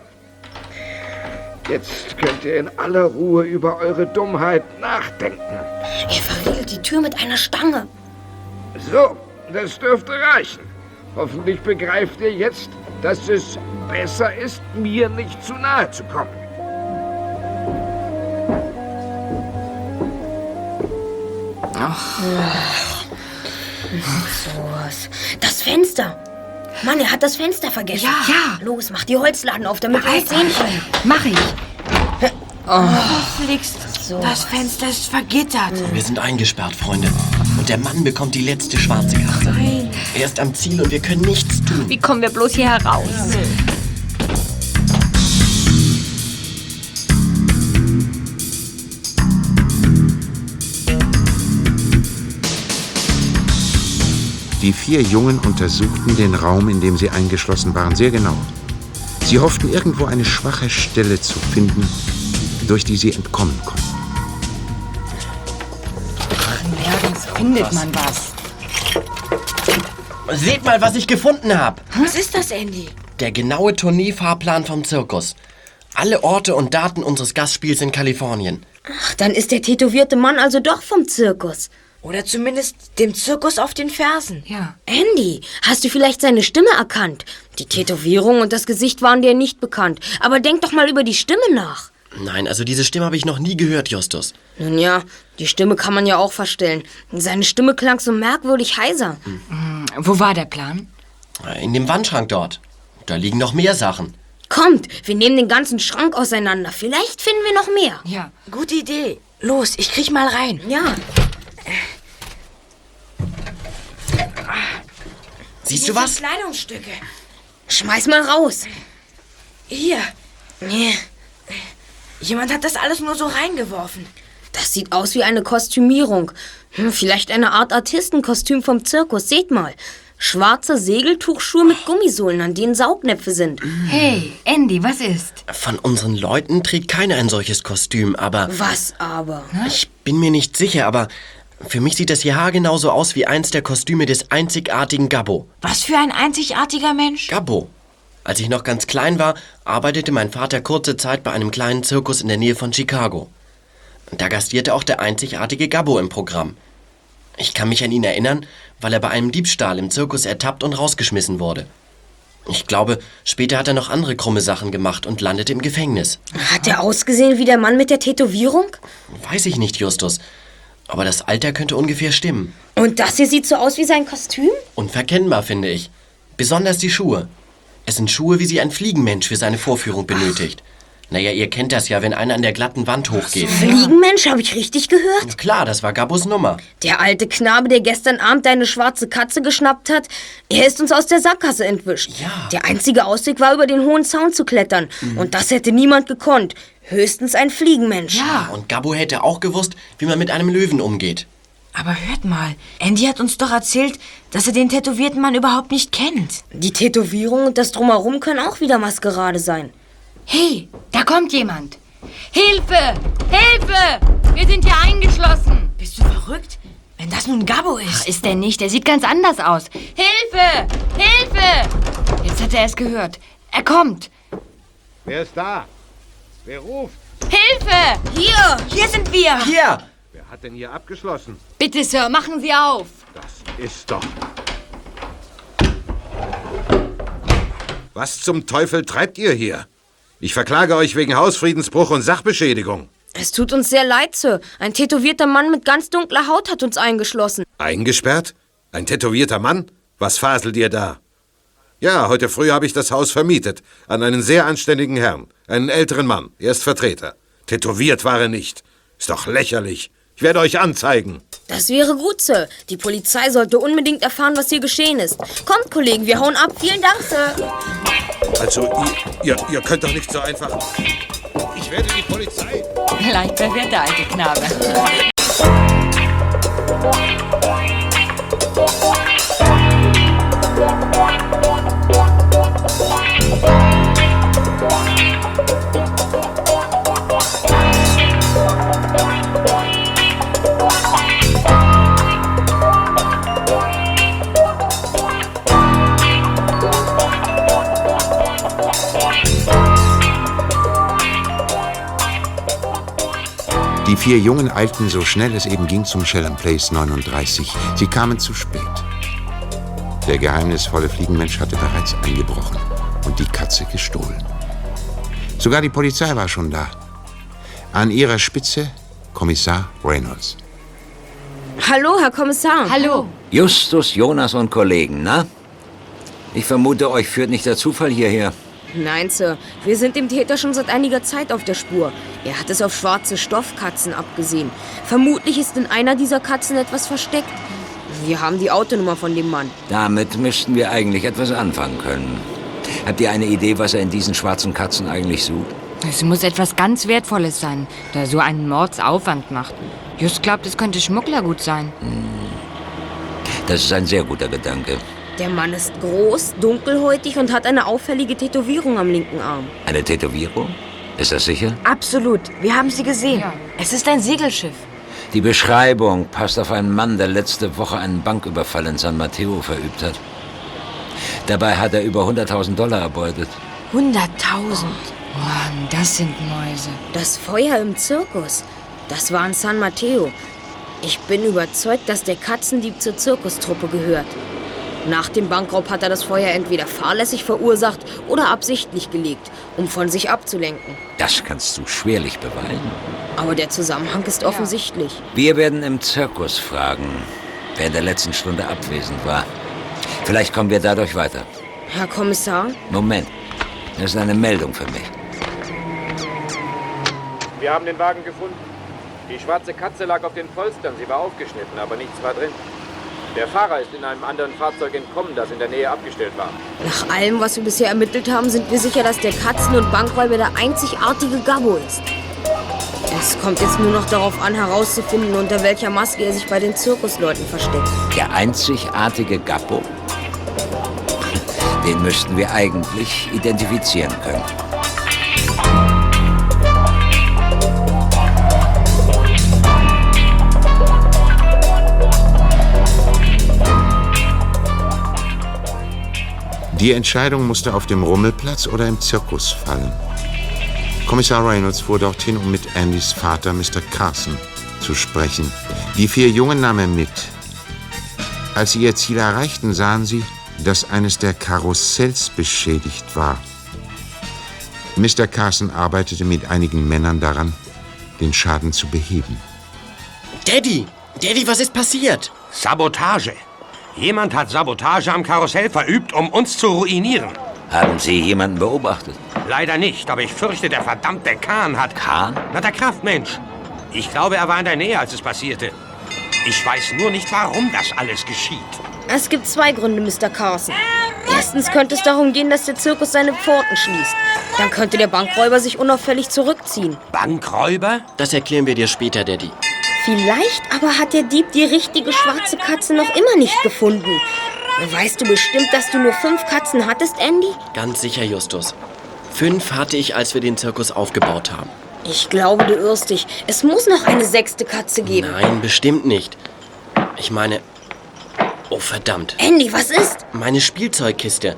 Speaker 6: jetzt könnt ihr in aller Ruhe über eure Dummheit nachdenken.
Speaker 4: Er verriegelt die Tür mit einer Stange.
Speaker 6: So, das dürfte reichen. Hoffentlich begreift ihr jetzt, dass es besser ist, mir nicht zu nahe zu kommen.
Speaker 4: Was? Das Fenster. Mann, er hat das Fenster vergessen. Ja. ja. Los, mach die Holzladen auf, damit wir es sehen können.
Speaker 2: Mach ich.
Speaker 3: Flickst.
Speaker 10: So.
Speaker 3: Das Fenster ist vergittert.
Speaker 10: Wir sind eingesperrt, Freunde. Und der Mann bekommt die letzte schwarze Karte. Er ist am Ziel und wir können nichts tun.
Speaker 15: Wie kommen wir bloß hier heraus?
Speaker 9: Die vier Jungen untersuchten den Raum, in dem sie eingeschlossen waren, sehr genau. Sie hofften irgendwo eine schwache Stelle zu finden, durch die sie entkommen konnten.
Speaker 2: Nirgends findet man was.
Speaker 10: Seht mal, was ich gefunden habe.
Speaker 3: Was ist das, Andy?
Speaker 10: Der genaue Tourneefahrplan vom Zirkus. Alle Orte und Daten unseres Gastspiels in Kalifornien.
Speaker 4: Ach, dann ist der tätowierte Mann also doch vom Zirkus.
Speaker 3: Oder zumindest dem Zirkus auf den Fersen.
Speaker 2: Ja.
Speaker 4: Andy, hast du vielleicht seine Stimme erkannt? Die Tätowierung und das Gesicht waren dir nicht bekannt. Aber denk doch mal über die Stimme nach.
Speaker 10: Nein, also diese Stimme habe ich noch nie gehört, Justus.
Speaker 4: Nun ja, die Stimme kann man ja auch verstellen. Seine Stimme klang so merkwürdig heiser.
Speaker 2: Wo war der Plan?
Speaker 10: In dem Wandschrank dort. Da liegen noch mehr Sachen.
Speaker 4: Kommt, wir nehmen den ganzen Schrank auseinander. Vielleicht finden wir noch mehr.
Speaker 2: Ja.
Speaker 3: Gute Idee. Los, ich krieg mal rein.
Speaker 4: Ja.
Speaker 10: Siehst du was?
Speaker 3: Kleidungsstücke.
Speaker 4: Schmeiß mal raus.
Speaker 3: Hier.
Speaker 4: Nee.
Speaker 3: Jemand hat das alles nur so reingeworfen.
Speaker 4: Das sieht aus wie eine Kostümierung. Hm, vielleicht eine Art Artistenkostüm vom Zirkus. Seht mal. Schwarze Segeltuchschuhe mit Gummisohlen, an denen Saugnäpfe sind.
Speaker 2: Hey, Andy, was ist?
Speaker 10: Von unseren Leuten trägt keiner ein solches Kostüm, aber.
Speaker 4: Was aber?
Speaker 3: Ne?
Speaker 10: Ich bin mir nicht sicher, aber für mich sieht das hier haargenau so aus wie eins der Kostüme des einzigartigen Gabbo.
Speaker 3: Was für ein einzigartiger Mensch.
Speaker 10: Gabbo. Als ich noch ganz klein war, arbeitete mein Vater kurze Zeit bei einem kleinen Zirkus in der Nähe von Chicago. Da gastierte auch der einzigartige Gabbo im Programm. Ich kann mich an ihn erinnern, weil er bei einem Diebstahl im Zirkus ertappt und rausgeschmissen wurde. Ich glaube, später hat er noch andere krumme Sachen gemacht und landete im Gefängnis.
Speaker 4: Hat er ausgesehen wie der Mann mit der Tätowierung?
Speaker 10: Weiß ich nicht, Justus. Aber das Alter könnte ungefähr stimmen.
Speaker 4: Und das hier sieht so aus wie sein Kostüm?
Speaker 10: Unverkennbar, finde ich. Besonders die Schuhe. Es sind Schuhe, wie sie ein Fliegenmensch für seine Vorführung benötigt. Naja, ihr kennt das ja, wenn einer an der glatten Wand hochgeht.
Speaker 4: Fliegenmensch, habe ich richtig gehört?
Speaker 10: Klar, das war Gabos Nummer.
Speaker 4: Der alte Knabe, der gestern Abend deine schwarze Katze geschnappt hat, er ist uns aus der Sackgasse entwischt.
Speaker 10: Ja.
Speaker 4: Der einzige Ausweg war, über den hohen Zaun zu klettern.
Speaker 10: Mhm.
Speaker 4: Und das hätte niemand gekonnt. Höchstens ein Fliegenmensch.
Speaker 10: Und Gabo hätte auch gewusst, wie man mit einem Löwen umgeht.
Speaker 3: Aber hört mal, Andy hat uns doch erzählt, dass er den tätowierten Mann überhaupt nicht kennt.
Speaker 4: Die Tätowierung und das Drumherum können auch wieder Maskerade sein.
Speaker 2: Hey, da kommt jemand. Hilfe! Hilfe! Wir sind hier eingeschlossen.
Speaker 3: Bist du verrückt? Wenn das nun Gabbo ist. Ach,
Speaker 2: ist er nicht. Er sieht ganz anders aus. Hilfe! Hilfe! Jetzt hat er es gehört. Er kommt.
Speaker 6: Wer ist da? Wer ruft?
Speaker 2: Hilfe!
Speaker 3: Hier! Hier sind wir!
Speaker 10: Hier!
Speaker 6: Wer hat denn hier abgeschlossen?
Speaker 2: Bitte, Sir, machen Sie auf.
Speaker 6: Ist doch.
Speaker 12: Was zum Teufel treibt ihr hier? Ich verklage euch wegen Hausfriedensbruch und Sachbeschädigung.
Speaker 4: Es tut uns sehr leid, Sir. Ein tätowierter Mann mit ganz dunkler Haut hat uns eingeschlossen.
Speaker 12: Eingesperrt? Ein tätowierter Mann? Was faselt ihr da? Ja, heute früh habe ich das Haus vermietet an einen sehr anständigen Herrn, einen älteren Mann, er ist Vertreter. Tätowiert war er nicht. Ist doch lächerlich. Ich werde euch anzeigen.
Speaker 4: Das wäre gut, Sir. Die Polizei sollte unbedingt erfahren, was hier geschehen ist. Kommt, Kollegen, wir hauen ab. Vielen Dank, Sir.
Speaker 12: Also, ihr, ihr, ihr könnt doch nicht so einfach. Ich werde die Polizei.
Speaker 2: Leicht verwirrt der alte Knabe.
Speaker 9: Die vier Jungen eilten so schnell es eben ging zum Shellham Place 39. Sie kamen zu spät. Der geheimnisvolle Fliegenmensch hatte bereits eingebrochen und die Katze gestohlen. Sogar die Polizei war schon da. An ihrer Spitze Kommissar Reynolds.
Speaker 4: Hallo, Herr Kommissar.
Speaker 2: Hallo.
Speaker 16: Justus, Jonas und Kollegen, na? Ich vermute, euch führt nicht der Zufall hierher.
Speaker 4: Nein, Sir. Wir sind dem Täter schon seit einiger Zeit auf der Spur. Er hat es auf schwarze Stoffkatzen abgesehen. Vermutlich ist in einer dieser Katzen etwas versteckt. Wir haben die Autonummer von dem Mann.
Speaker 17: Damit müssten wir eigentlich etwas anfangen können. Habt ihr eine Idee, was er in diesen schwarzen Katzen eigentlich sucht?
Speaker 2: Es muss etwas ganz Wertvolles sein, da so einen Mordsaufwand macht. Just glaubt, es könnte Schmugglergut sein.
Speaker 17: Das ist ein sehr guter Gedanke.
Speaker 4: Der Mann ist groß, dunkelhäutig und hat eine auffällige Tätowierung am linken Arm.
Speaker 17: Eine Tätowierung? Ist das sicher?
Speaker 3: Absolut. Wir haben sie gesehen. Es ist ein Segelschiff.
Speaker 17: Die Beschreibung passt auf einen Mann, der letzte Woche einen Banküberfall in San Mateo verübt hat. Dabei hat er über 100.000 Dollar erbeutet.
Speaker 4: 100.000.
Speaker 2: Mann, das sind Mäuse.
Speaker 4: Das Feuer im Zirkus. Das war in San Mateo. Ich bin überzeugt, dass der Katzendieb zur Zirkustruppe gehört. Nach dem Bankraub hat er das Feuer entweder fahrlässig verursacht oder absichtlich gelegt, um von sich abzulenken.
Speaker 17: Das kannst du schwerlich beweisen.
Speaker 4: Aber der Zusammenhang ist offensichtlich.
Speaker 17: Wir werden im Zirkus fragen, wer in der letzten Stunde abwesend war. Vielleicht kommen wir dadurch weiter.
Speaker 4: Herr Kommissar?
Speaker 17: Moment, das ist eine Meldung für mich.
Speaker 6: Wir haben den Wagen gefunden. Die schwarze Katze lag auf den Polstern. Sie war aufgeschnitten, aber nichts war drin. Der Fahrer ist in einem anderen Fahrzeug entkommen, das in der Nähe abgestellt war.
Speaker 4: Nach allem, was wir bisher ermittelt haben, sind wir sicher, dass der Katzen- und Bankräuber der einzigartige Gabbo ist. Es kommt jetzt nur noch darauf an, herauszufinden, unter welcher Maske er sich bei den Zirkusleuten versteckt.
Speaker 17: Der einzigartige Gappo? Den müssten wir eigentlich identifizieren können.
Speaker 9: Die Entscheidung musste auf dem Rummelplatz oder im Zirkus fallen. Kommissar Reynolds fuhr dorthin, um mit Andys Vater, Mr. Carson, zu sprechen. Die vier Jungen nahm er mit. Als sie ihr Ziel erreichten, sahen sie, dass eines der Karussells beschädigt war. Mr. Carson arbeitete mit einigen Männern daran, den Schaden zu beheben.
Speaker 18: Daddy! Daddy, was ist passiert? Sabotage. Jemand hat Sabotage am Karussell verübt, um uns zu ruinieren.
Speaker 17: Haben Sie jemanden beobachtet?
Speaker 18: Leider nicht, aber ich fürchte, der verdammte Kahn hat...
Speaker 17: Kahn?
Speaker 18: Na, der Kraftmensch. Ich glaube, er war in der Nähe, als es passierte. Ich weiß nur nicht, warum das alles geschieht.
Speaker 4: Es gibt zwei Gründe, Mr. Carson. Erstens könnte es darum gehen, dass der Zirkus seine Pforten schließt. Dann könnte der Bankräuber sich unauffällig zurückziehen.
Speaker 18: Bankräuber?
Speaker 10: Das erklären wir dir später, Daddy.
Speaker 4: Vielleicht aber hat der Dieb die richtige schwarze Katze noch immer nicht gefunden. Weißt du bestimmt, dass du nur fünf Katzen hattest, Andy?
Speaker 10: Ganz sicher, Justus. Fünf hatte ich, als wir den Zirkus aufgebaut haben.
Speaker 4: Ich glaube, du irrst dich. Es muss noch eine sechste Katze geben.
Speaker 10: Nein, bestimmt nicht. Ich meine... Oh, verdammt.
Speaker 4: Andy, was ist?
Speaker 10: Meine Spielzeugkiste.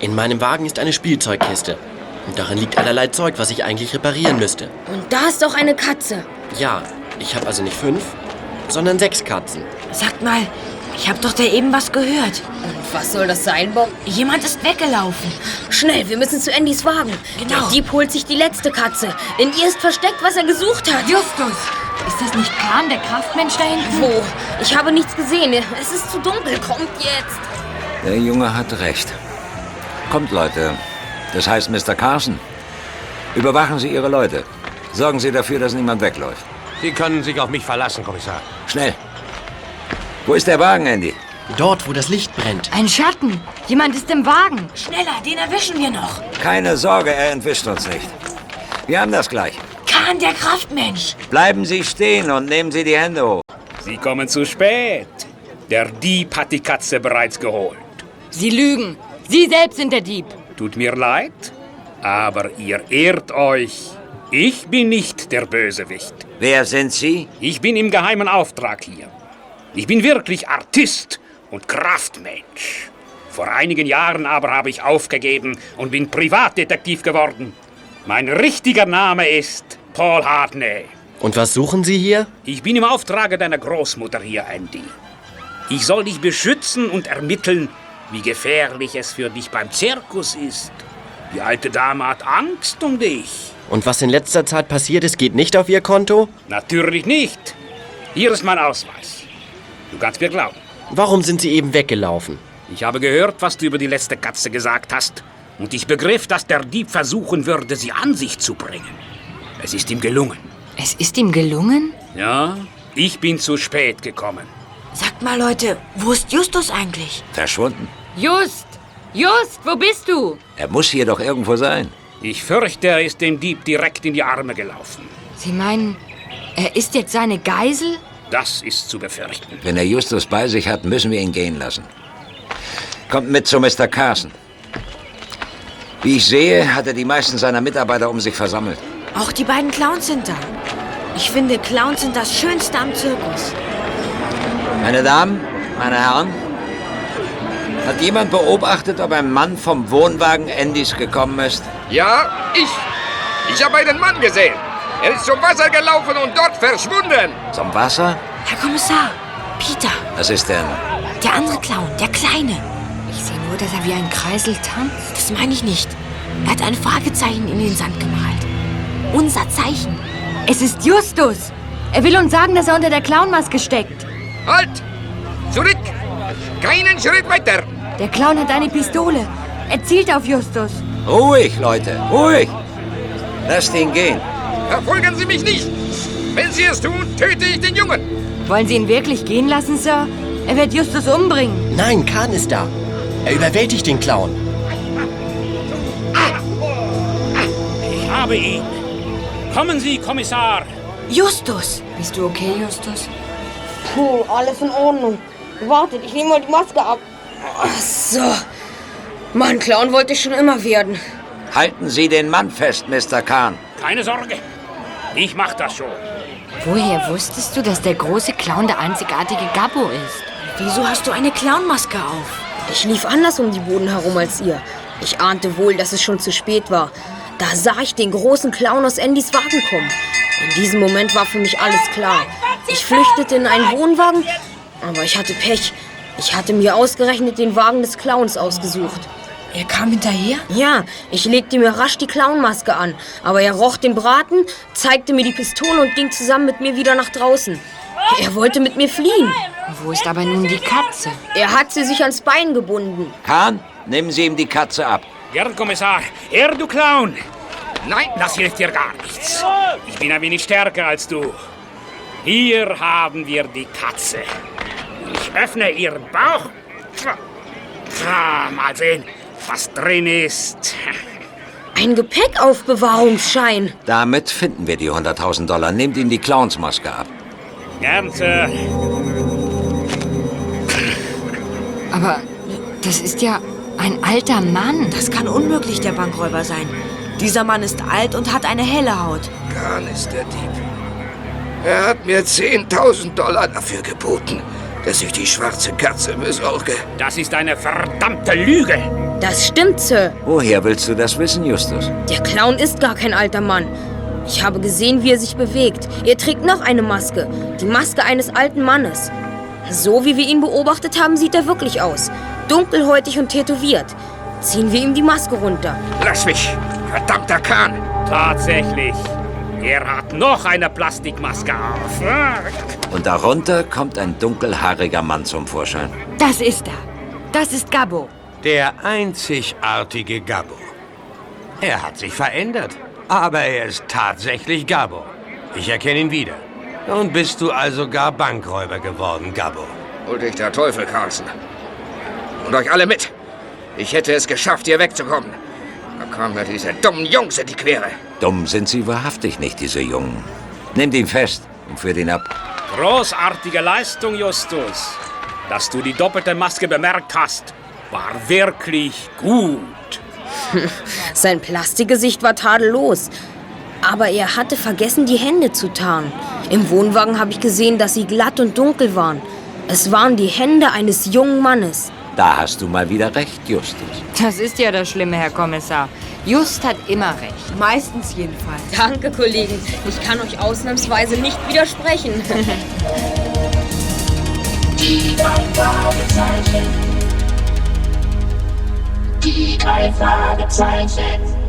Speaker 10: In meinem Wagen ist eine Spielzeugkiste. Und darin liegt allerlei Zeug, was ich eigentlich reparieren müsste.
Speaker 4: Und da ist auch eine Katze.
Speaker 10: Ja, ich habe also nicht fünf, sondern sechs Katzen.
Speaker 3: Sagt mal, ich habe doch da eben was gehört.
Speaker 4: Und was soll das sein, Bob?
Speaker 3: Jemand ist weggelaufen.
Speaker 4: Schnell, wir müssen zu Andys Wagen.
Speaker 3: Genau.
Speaker 4: Der Dieb holt sich die letzte Katze. In ihr ist versteckt, was er gesucht hat.
Speaker 2: Justus, ist das nicht Kahn, der Kraftmensch da hinten?
Speaker 4: Wo? Ich habe nichts gesehen. Es ist zu dunkel. Kommt jetzt.
Speaker 17: Der Junge hat recht. Kommt, Leute. Das heißt, Mr. Carson, überwachen Sie Ihre Leute. Sorgen Sie dafür, dass niemand wegläuft.
Speaker 18: Sie können sich auf mich verlassen, Kommissar.
Speaker 17: Schnell. Wo ist der Wagen, Andy?
Speaker 10: Dort, wo das Licht brennt.
Speaker 2: Ein Schatten. Jemand ist im Wagen.
Speaker 3: Schneller, den erwischen wir noch.
Speaker 17: Keine Sorge, er entwischt uns nicht. Wir haben das gleich.
Speaker 3: Kahn, der Kraftmensch.
Speaker 17: Bleiben Sie stehen und nehmen Sie die Hände hoch.
Speaker 12: Sie kommen zu spät. Der Dieb hat die Katze bereits geholt.
Speaker 2: Sie lügen. Sie selbst sind der Dieb.
Speaker 12: Tut mir leid, aber ihr irrt euch. Ich bin nicht der Bösewicht.
Speaker 17: Wer sind Sie?
Speaker 12: Ich bin im geheimen Auftrag hier. Ich bin wirklich Artist und Kraftmensch. Vor einigen Jahren aber habe ich aufgegeben und bin Privatdetektiv geworden. Mein richtiger Name ist Paul Hartney.
Speaker 10: Und was suchen Sie hier?
Speaker 12: Ich bin im Auftrage deiner Großmutter hier, Andy. Ich soll dich beschützen und ermitteln, wie gefährlich es für dich beim Zirkus ist. Die alte Dame hat Angst um dich.
Speaker 10: Und was in letzter Zeit passiert ist, geht nicht auf Ihr Konto?
Speaker 12: Natürlich nicht. Hier ist mein Ausweis. Du kannst mir glauben.
Speaker 10: Warum sind Sie eben weggelaufen?
Speaker 12: Ich habe gehört, was du über die letzte Katze gesagt hast.
Speaker 19: und ich begriff, dass der Dieb versuchen würde, sie an sich zu bringen. Es ist ihm gelungen.
Speaker 2: Es ist ihm gelungen?
Speaker 19: Ja, ich bin zu spät gekommen.
Speaker 3: Sagt mal, Leute, wo ist Justus eigentlich?
Speaker 12: Verschwunden.
Speaker 20: Just! Just, wo bist du?
Speaker 12: Er muss hier doch irgendwo sein.
Speaker 19: Ich fürchte, er ist dem Dieb direkt in die Arme gelaufen.
Speaker 2: Sie meinen, er ist jetzt seine Geisel?
Speaker 19: Das ist zu befürchten.
Speaker 12: Wenn er Justus bei sich hat, müssen wir ihn gehen lassen. Kommt mit zu Mr. Carson. Wie ich sehe, hat er die meisten seiner Mitarbeiter um sich versammelt.
Speaker 3: Auch die beiden Clowns sind da. Ich finde, Clowns sind das Schönste am Zirkus.
Speaker 12: Meine Damen, meine Herren, hat jemand beobachtet, ob ein Mann vom Wohnwagen Andys gekommen ist?
Speaker 6: Ja, ich. Ich habe einen Mann gesehen. Er ist zum Wasser gelaufen und dort verschwunden.
Speaker 12: Zum Wasser?
Speaker 3: Herr Kommissar, Peter,
Speaker 12: Was ist denn?
Speaker 3: der andere Clown, der Kleine.
Speaker 2: Ich sehe nur, dass er wie ein Kreisel tanzt.
Speaker 3: Das meine ich nicht. Er hat ein Fragezeichen in den Sand gemalt. Unser Zeichen.
Speaker 20: Es ist Justus. Er will uns sagen, dass er unter der Clownmaske steckt.
Speaker 6: Halt! Zurück! Keinen Schritt weiter!
Speaker 20: Der Clown hat eine Pistole. Er zielt auf Justus.
Speaker 12: Ruhig, Leute, ruhig. Lasst ihn gehen.
Speaker 6: Verfolgen Sie mich nicht! Wenn Sie es tun, töte ich den Jungen!
Speaker 2: Wollen Sie ihn wirklich gehen lassen, Sir? Er wird Justus umbringen.
Speaker 10: Nein, Kahn ist da. Er überwältigt den Clown.
Speaker 19: Ich habe ihn. Kommen Sie, Kommissar.
Speaker 3: Justus!
Speaker 2: Bist du okay, Justus?
Speaker 21: Puh, alles in Ordnung. Wartet, ich nehme mal die Maske ab.
Speaker 4: Ach so. Mann, Clown wollte ich schon immer werden.
Speaker 12: Halten Sie den Mann fest, Mr. Kahn.
Speaker 19: Keine Sorge. Ich mach das schon.
Speaker 2: Woher wusstest du, dass der große Clown der einzigartige Gabbo ist?
Speaker 3: Wieso hast du eine Clownmaske auf?
Speaker 4: Ich lief anders um die Boden herum als ihr. Ich ahnte wohl, dass es schon zu spät war. Da sah ich den großen Clown aus Andys Wagen kommen. In diesem Moment war für mich alles klar. Ich flüchtete in einen Wohnwagen, aber ich hatte Pech. Ich hatte mir ausgerechnet den Wagen des Clowns ausgesucht.
Speaker 3: Er kam hinterher?
Speaker 4: Ja, ich legte mir rasch die Clownmaske an, aber er roch den Braten, zeigte mir die Pistole und ging zusammen mit mir wieder nach draußen. Er wollte mit mir fliehen.
Speaker 2: Wo ist aber nun die Katze?
Speaker 4: Er hat sie sich ans Bein gebunden.
Speaker 12: Kahn, nehmen Sie ihm die Katze ab.
Speaker 19: Gern, Kommissar. Er, du Clown. Nein, das hilft dir gar nichts. Ich bin ein wenig stärker als du. Hier haben wir die Katze. Ich öffne ihren Bauch. Ah, mal sehen, was drin ist.
Speaker 4: Ein Gepäckaufbewahrungsschein.
Speaker 12: Damit finden wir die 100.000 Dollar. Nehmt ihm die Clownsmaske ab.
Speaker 19: Gern, Sir.
Speaker 2: Aber das ist ja ein alter Mann.
Speaker 3: Das kann unmöglich der Bankräuber sein. Dieser Mann ist alt und hat eine helle Haut.
Speaker 22: Kahn ist der Dieb. Er hat mir 10.000 Dollar dafür geboten, dass ich die schwarze Katze besorge.
Speaker 19: Das ist eine verdammte Lüge.
Speaker 4: Das stimmt, Sir.
Speaker 12: Woher willst du das wissen, Justus?
Speaker 4: Der Clown ist gar kein alter Mann. Ich habe gesehen, wie er sich bewegt. Er trägt noch eine Maske. Die Maske eines alten Mannes. So wie wir ihn beobachtet haben, sieht er wirklich aus. Dunkelhäutig und tätowiert. Ziehen wir ihm die Maske runter.
Speaker 19: Lass mich, verdammter Kahn. Tatsächlich. Er hat noch eine Plastikmaske auf. Ah.
Speaker 12: Und darunter kommt ein dunkelhaariger Mann zum Vorschein.
Speaker 20: Das ist er. Das ist Gabbo.
Speaker 23: Der einzigartige Gabbo. Er hat sich verändert, aber er ist tatsächlich Gabbo. Ich erkenne ihn wieder. Nun bist du also gar Bankräuber geworden, Gabbo.
Speaker 24: Hol dich der Teufel, Carlson. Und euch alle mit. Ich hätte es geschafft, hier wegzukommen. Da kamen mir diese dummen Jungs in die Quere.
Speaker 12: Dumm sind sie wahrhaftig nicht, diese Jungen. Nehmt ihn fest und führt ihn ab.
Speaker 19: Großartige Leistung, Justus. Dass du die doppelte Maske bemerkt hast, war wirklich gut.
Speaker 4: Sein Plastikgesicht war tadellos. Aber er hatte vergessen, die Hände zu tarnen. Im Wohnwagen habe ich gesehen, dass sie glatt und dunkel waren. Es waren die Hände eines jungen Mannes.
Speaker 12: Da hast du mal wieder recht, Justus.
Speaker 2: Das ist ja das Schlimme, Herr Kommissar. Just hat immer recht.
Speaker 3: Meistens jedenfalls.
Speaker 4: Danke, Kollegen. Ich kann euch ausnahmsweise nicht widersprechen.
Speaker 1: Die drei Fragezeichen. Die drei Fragezeichen.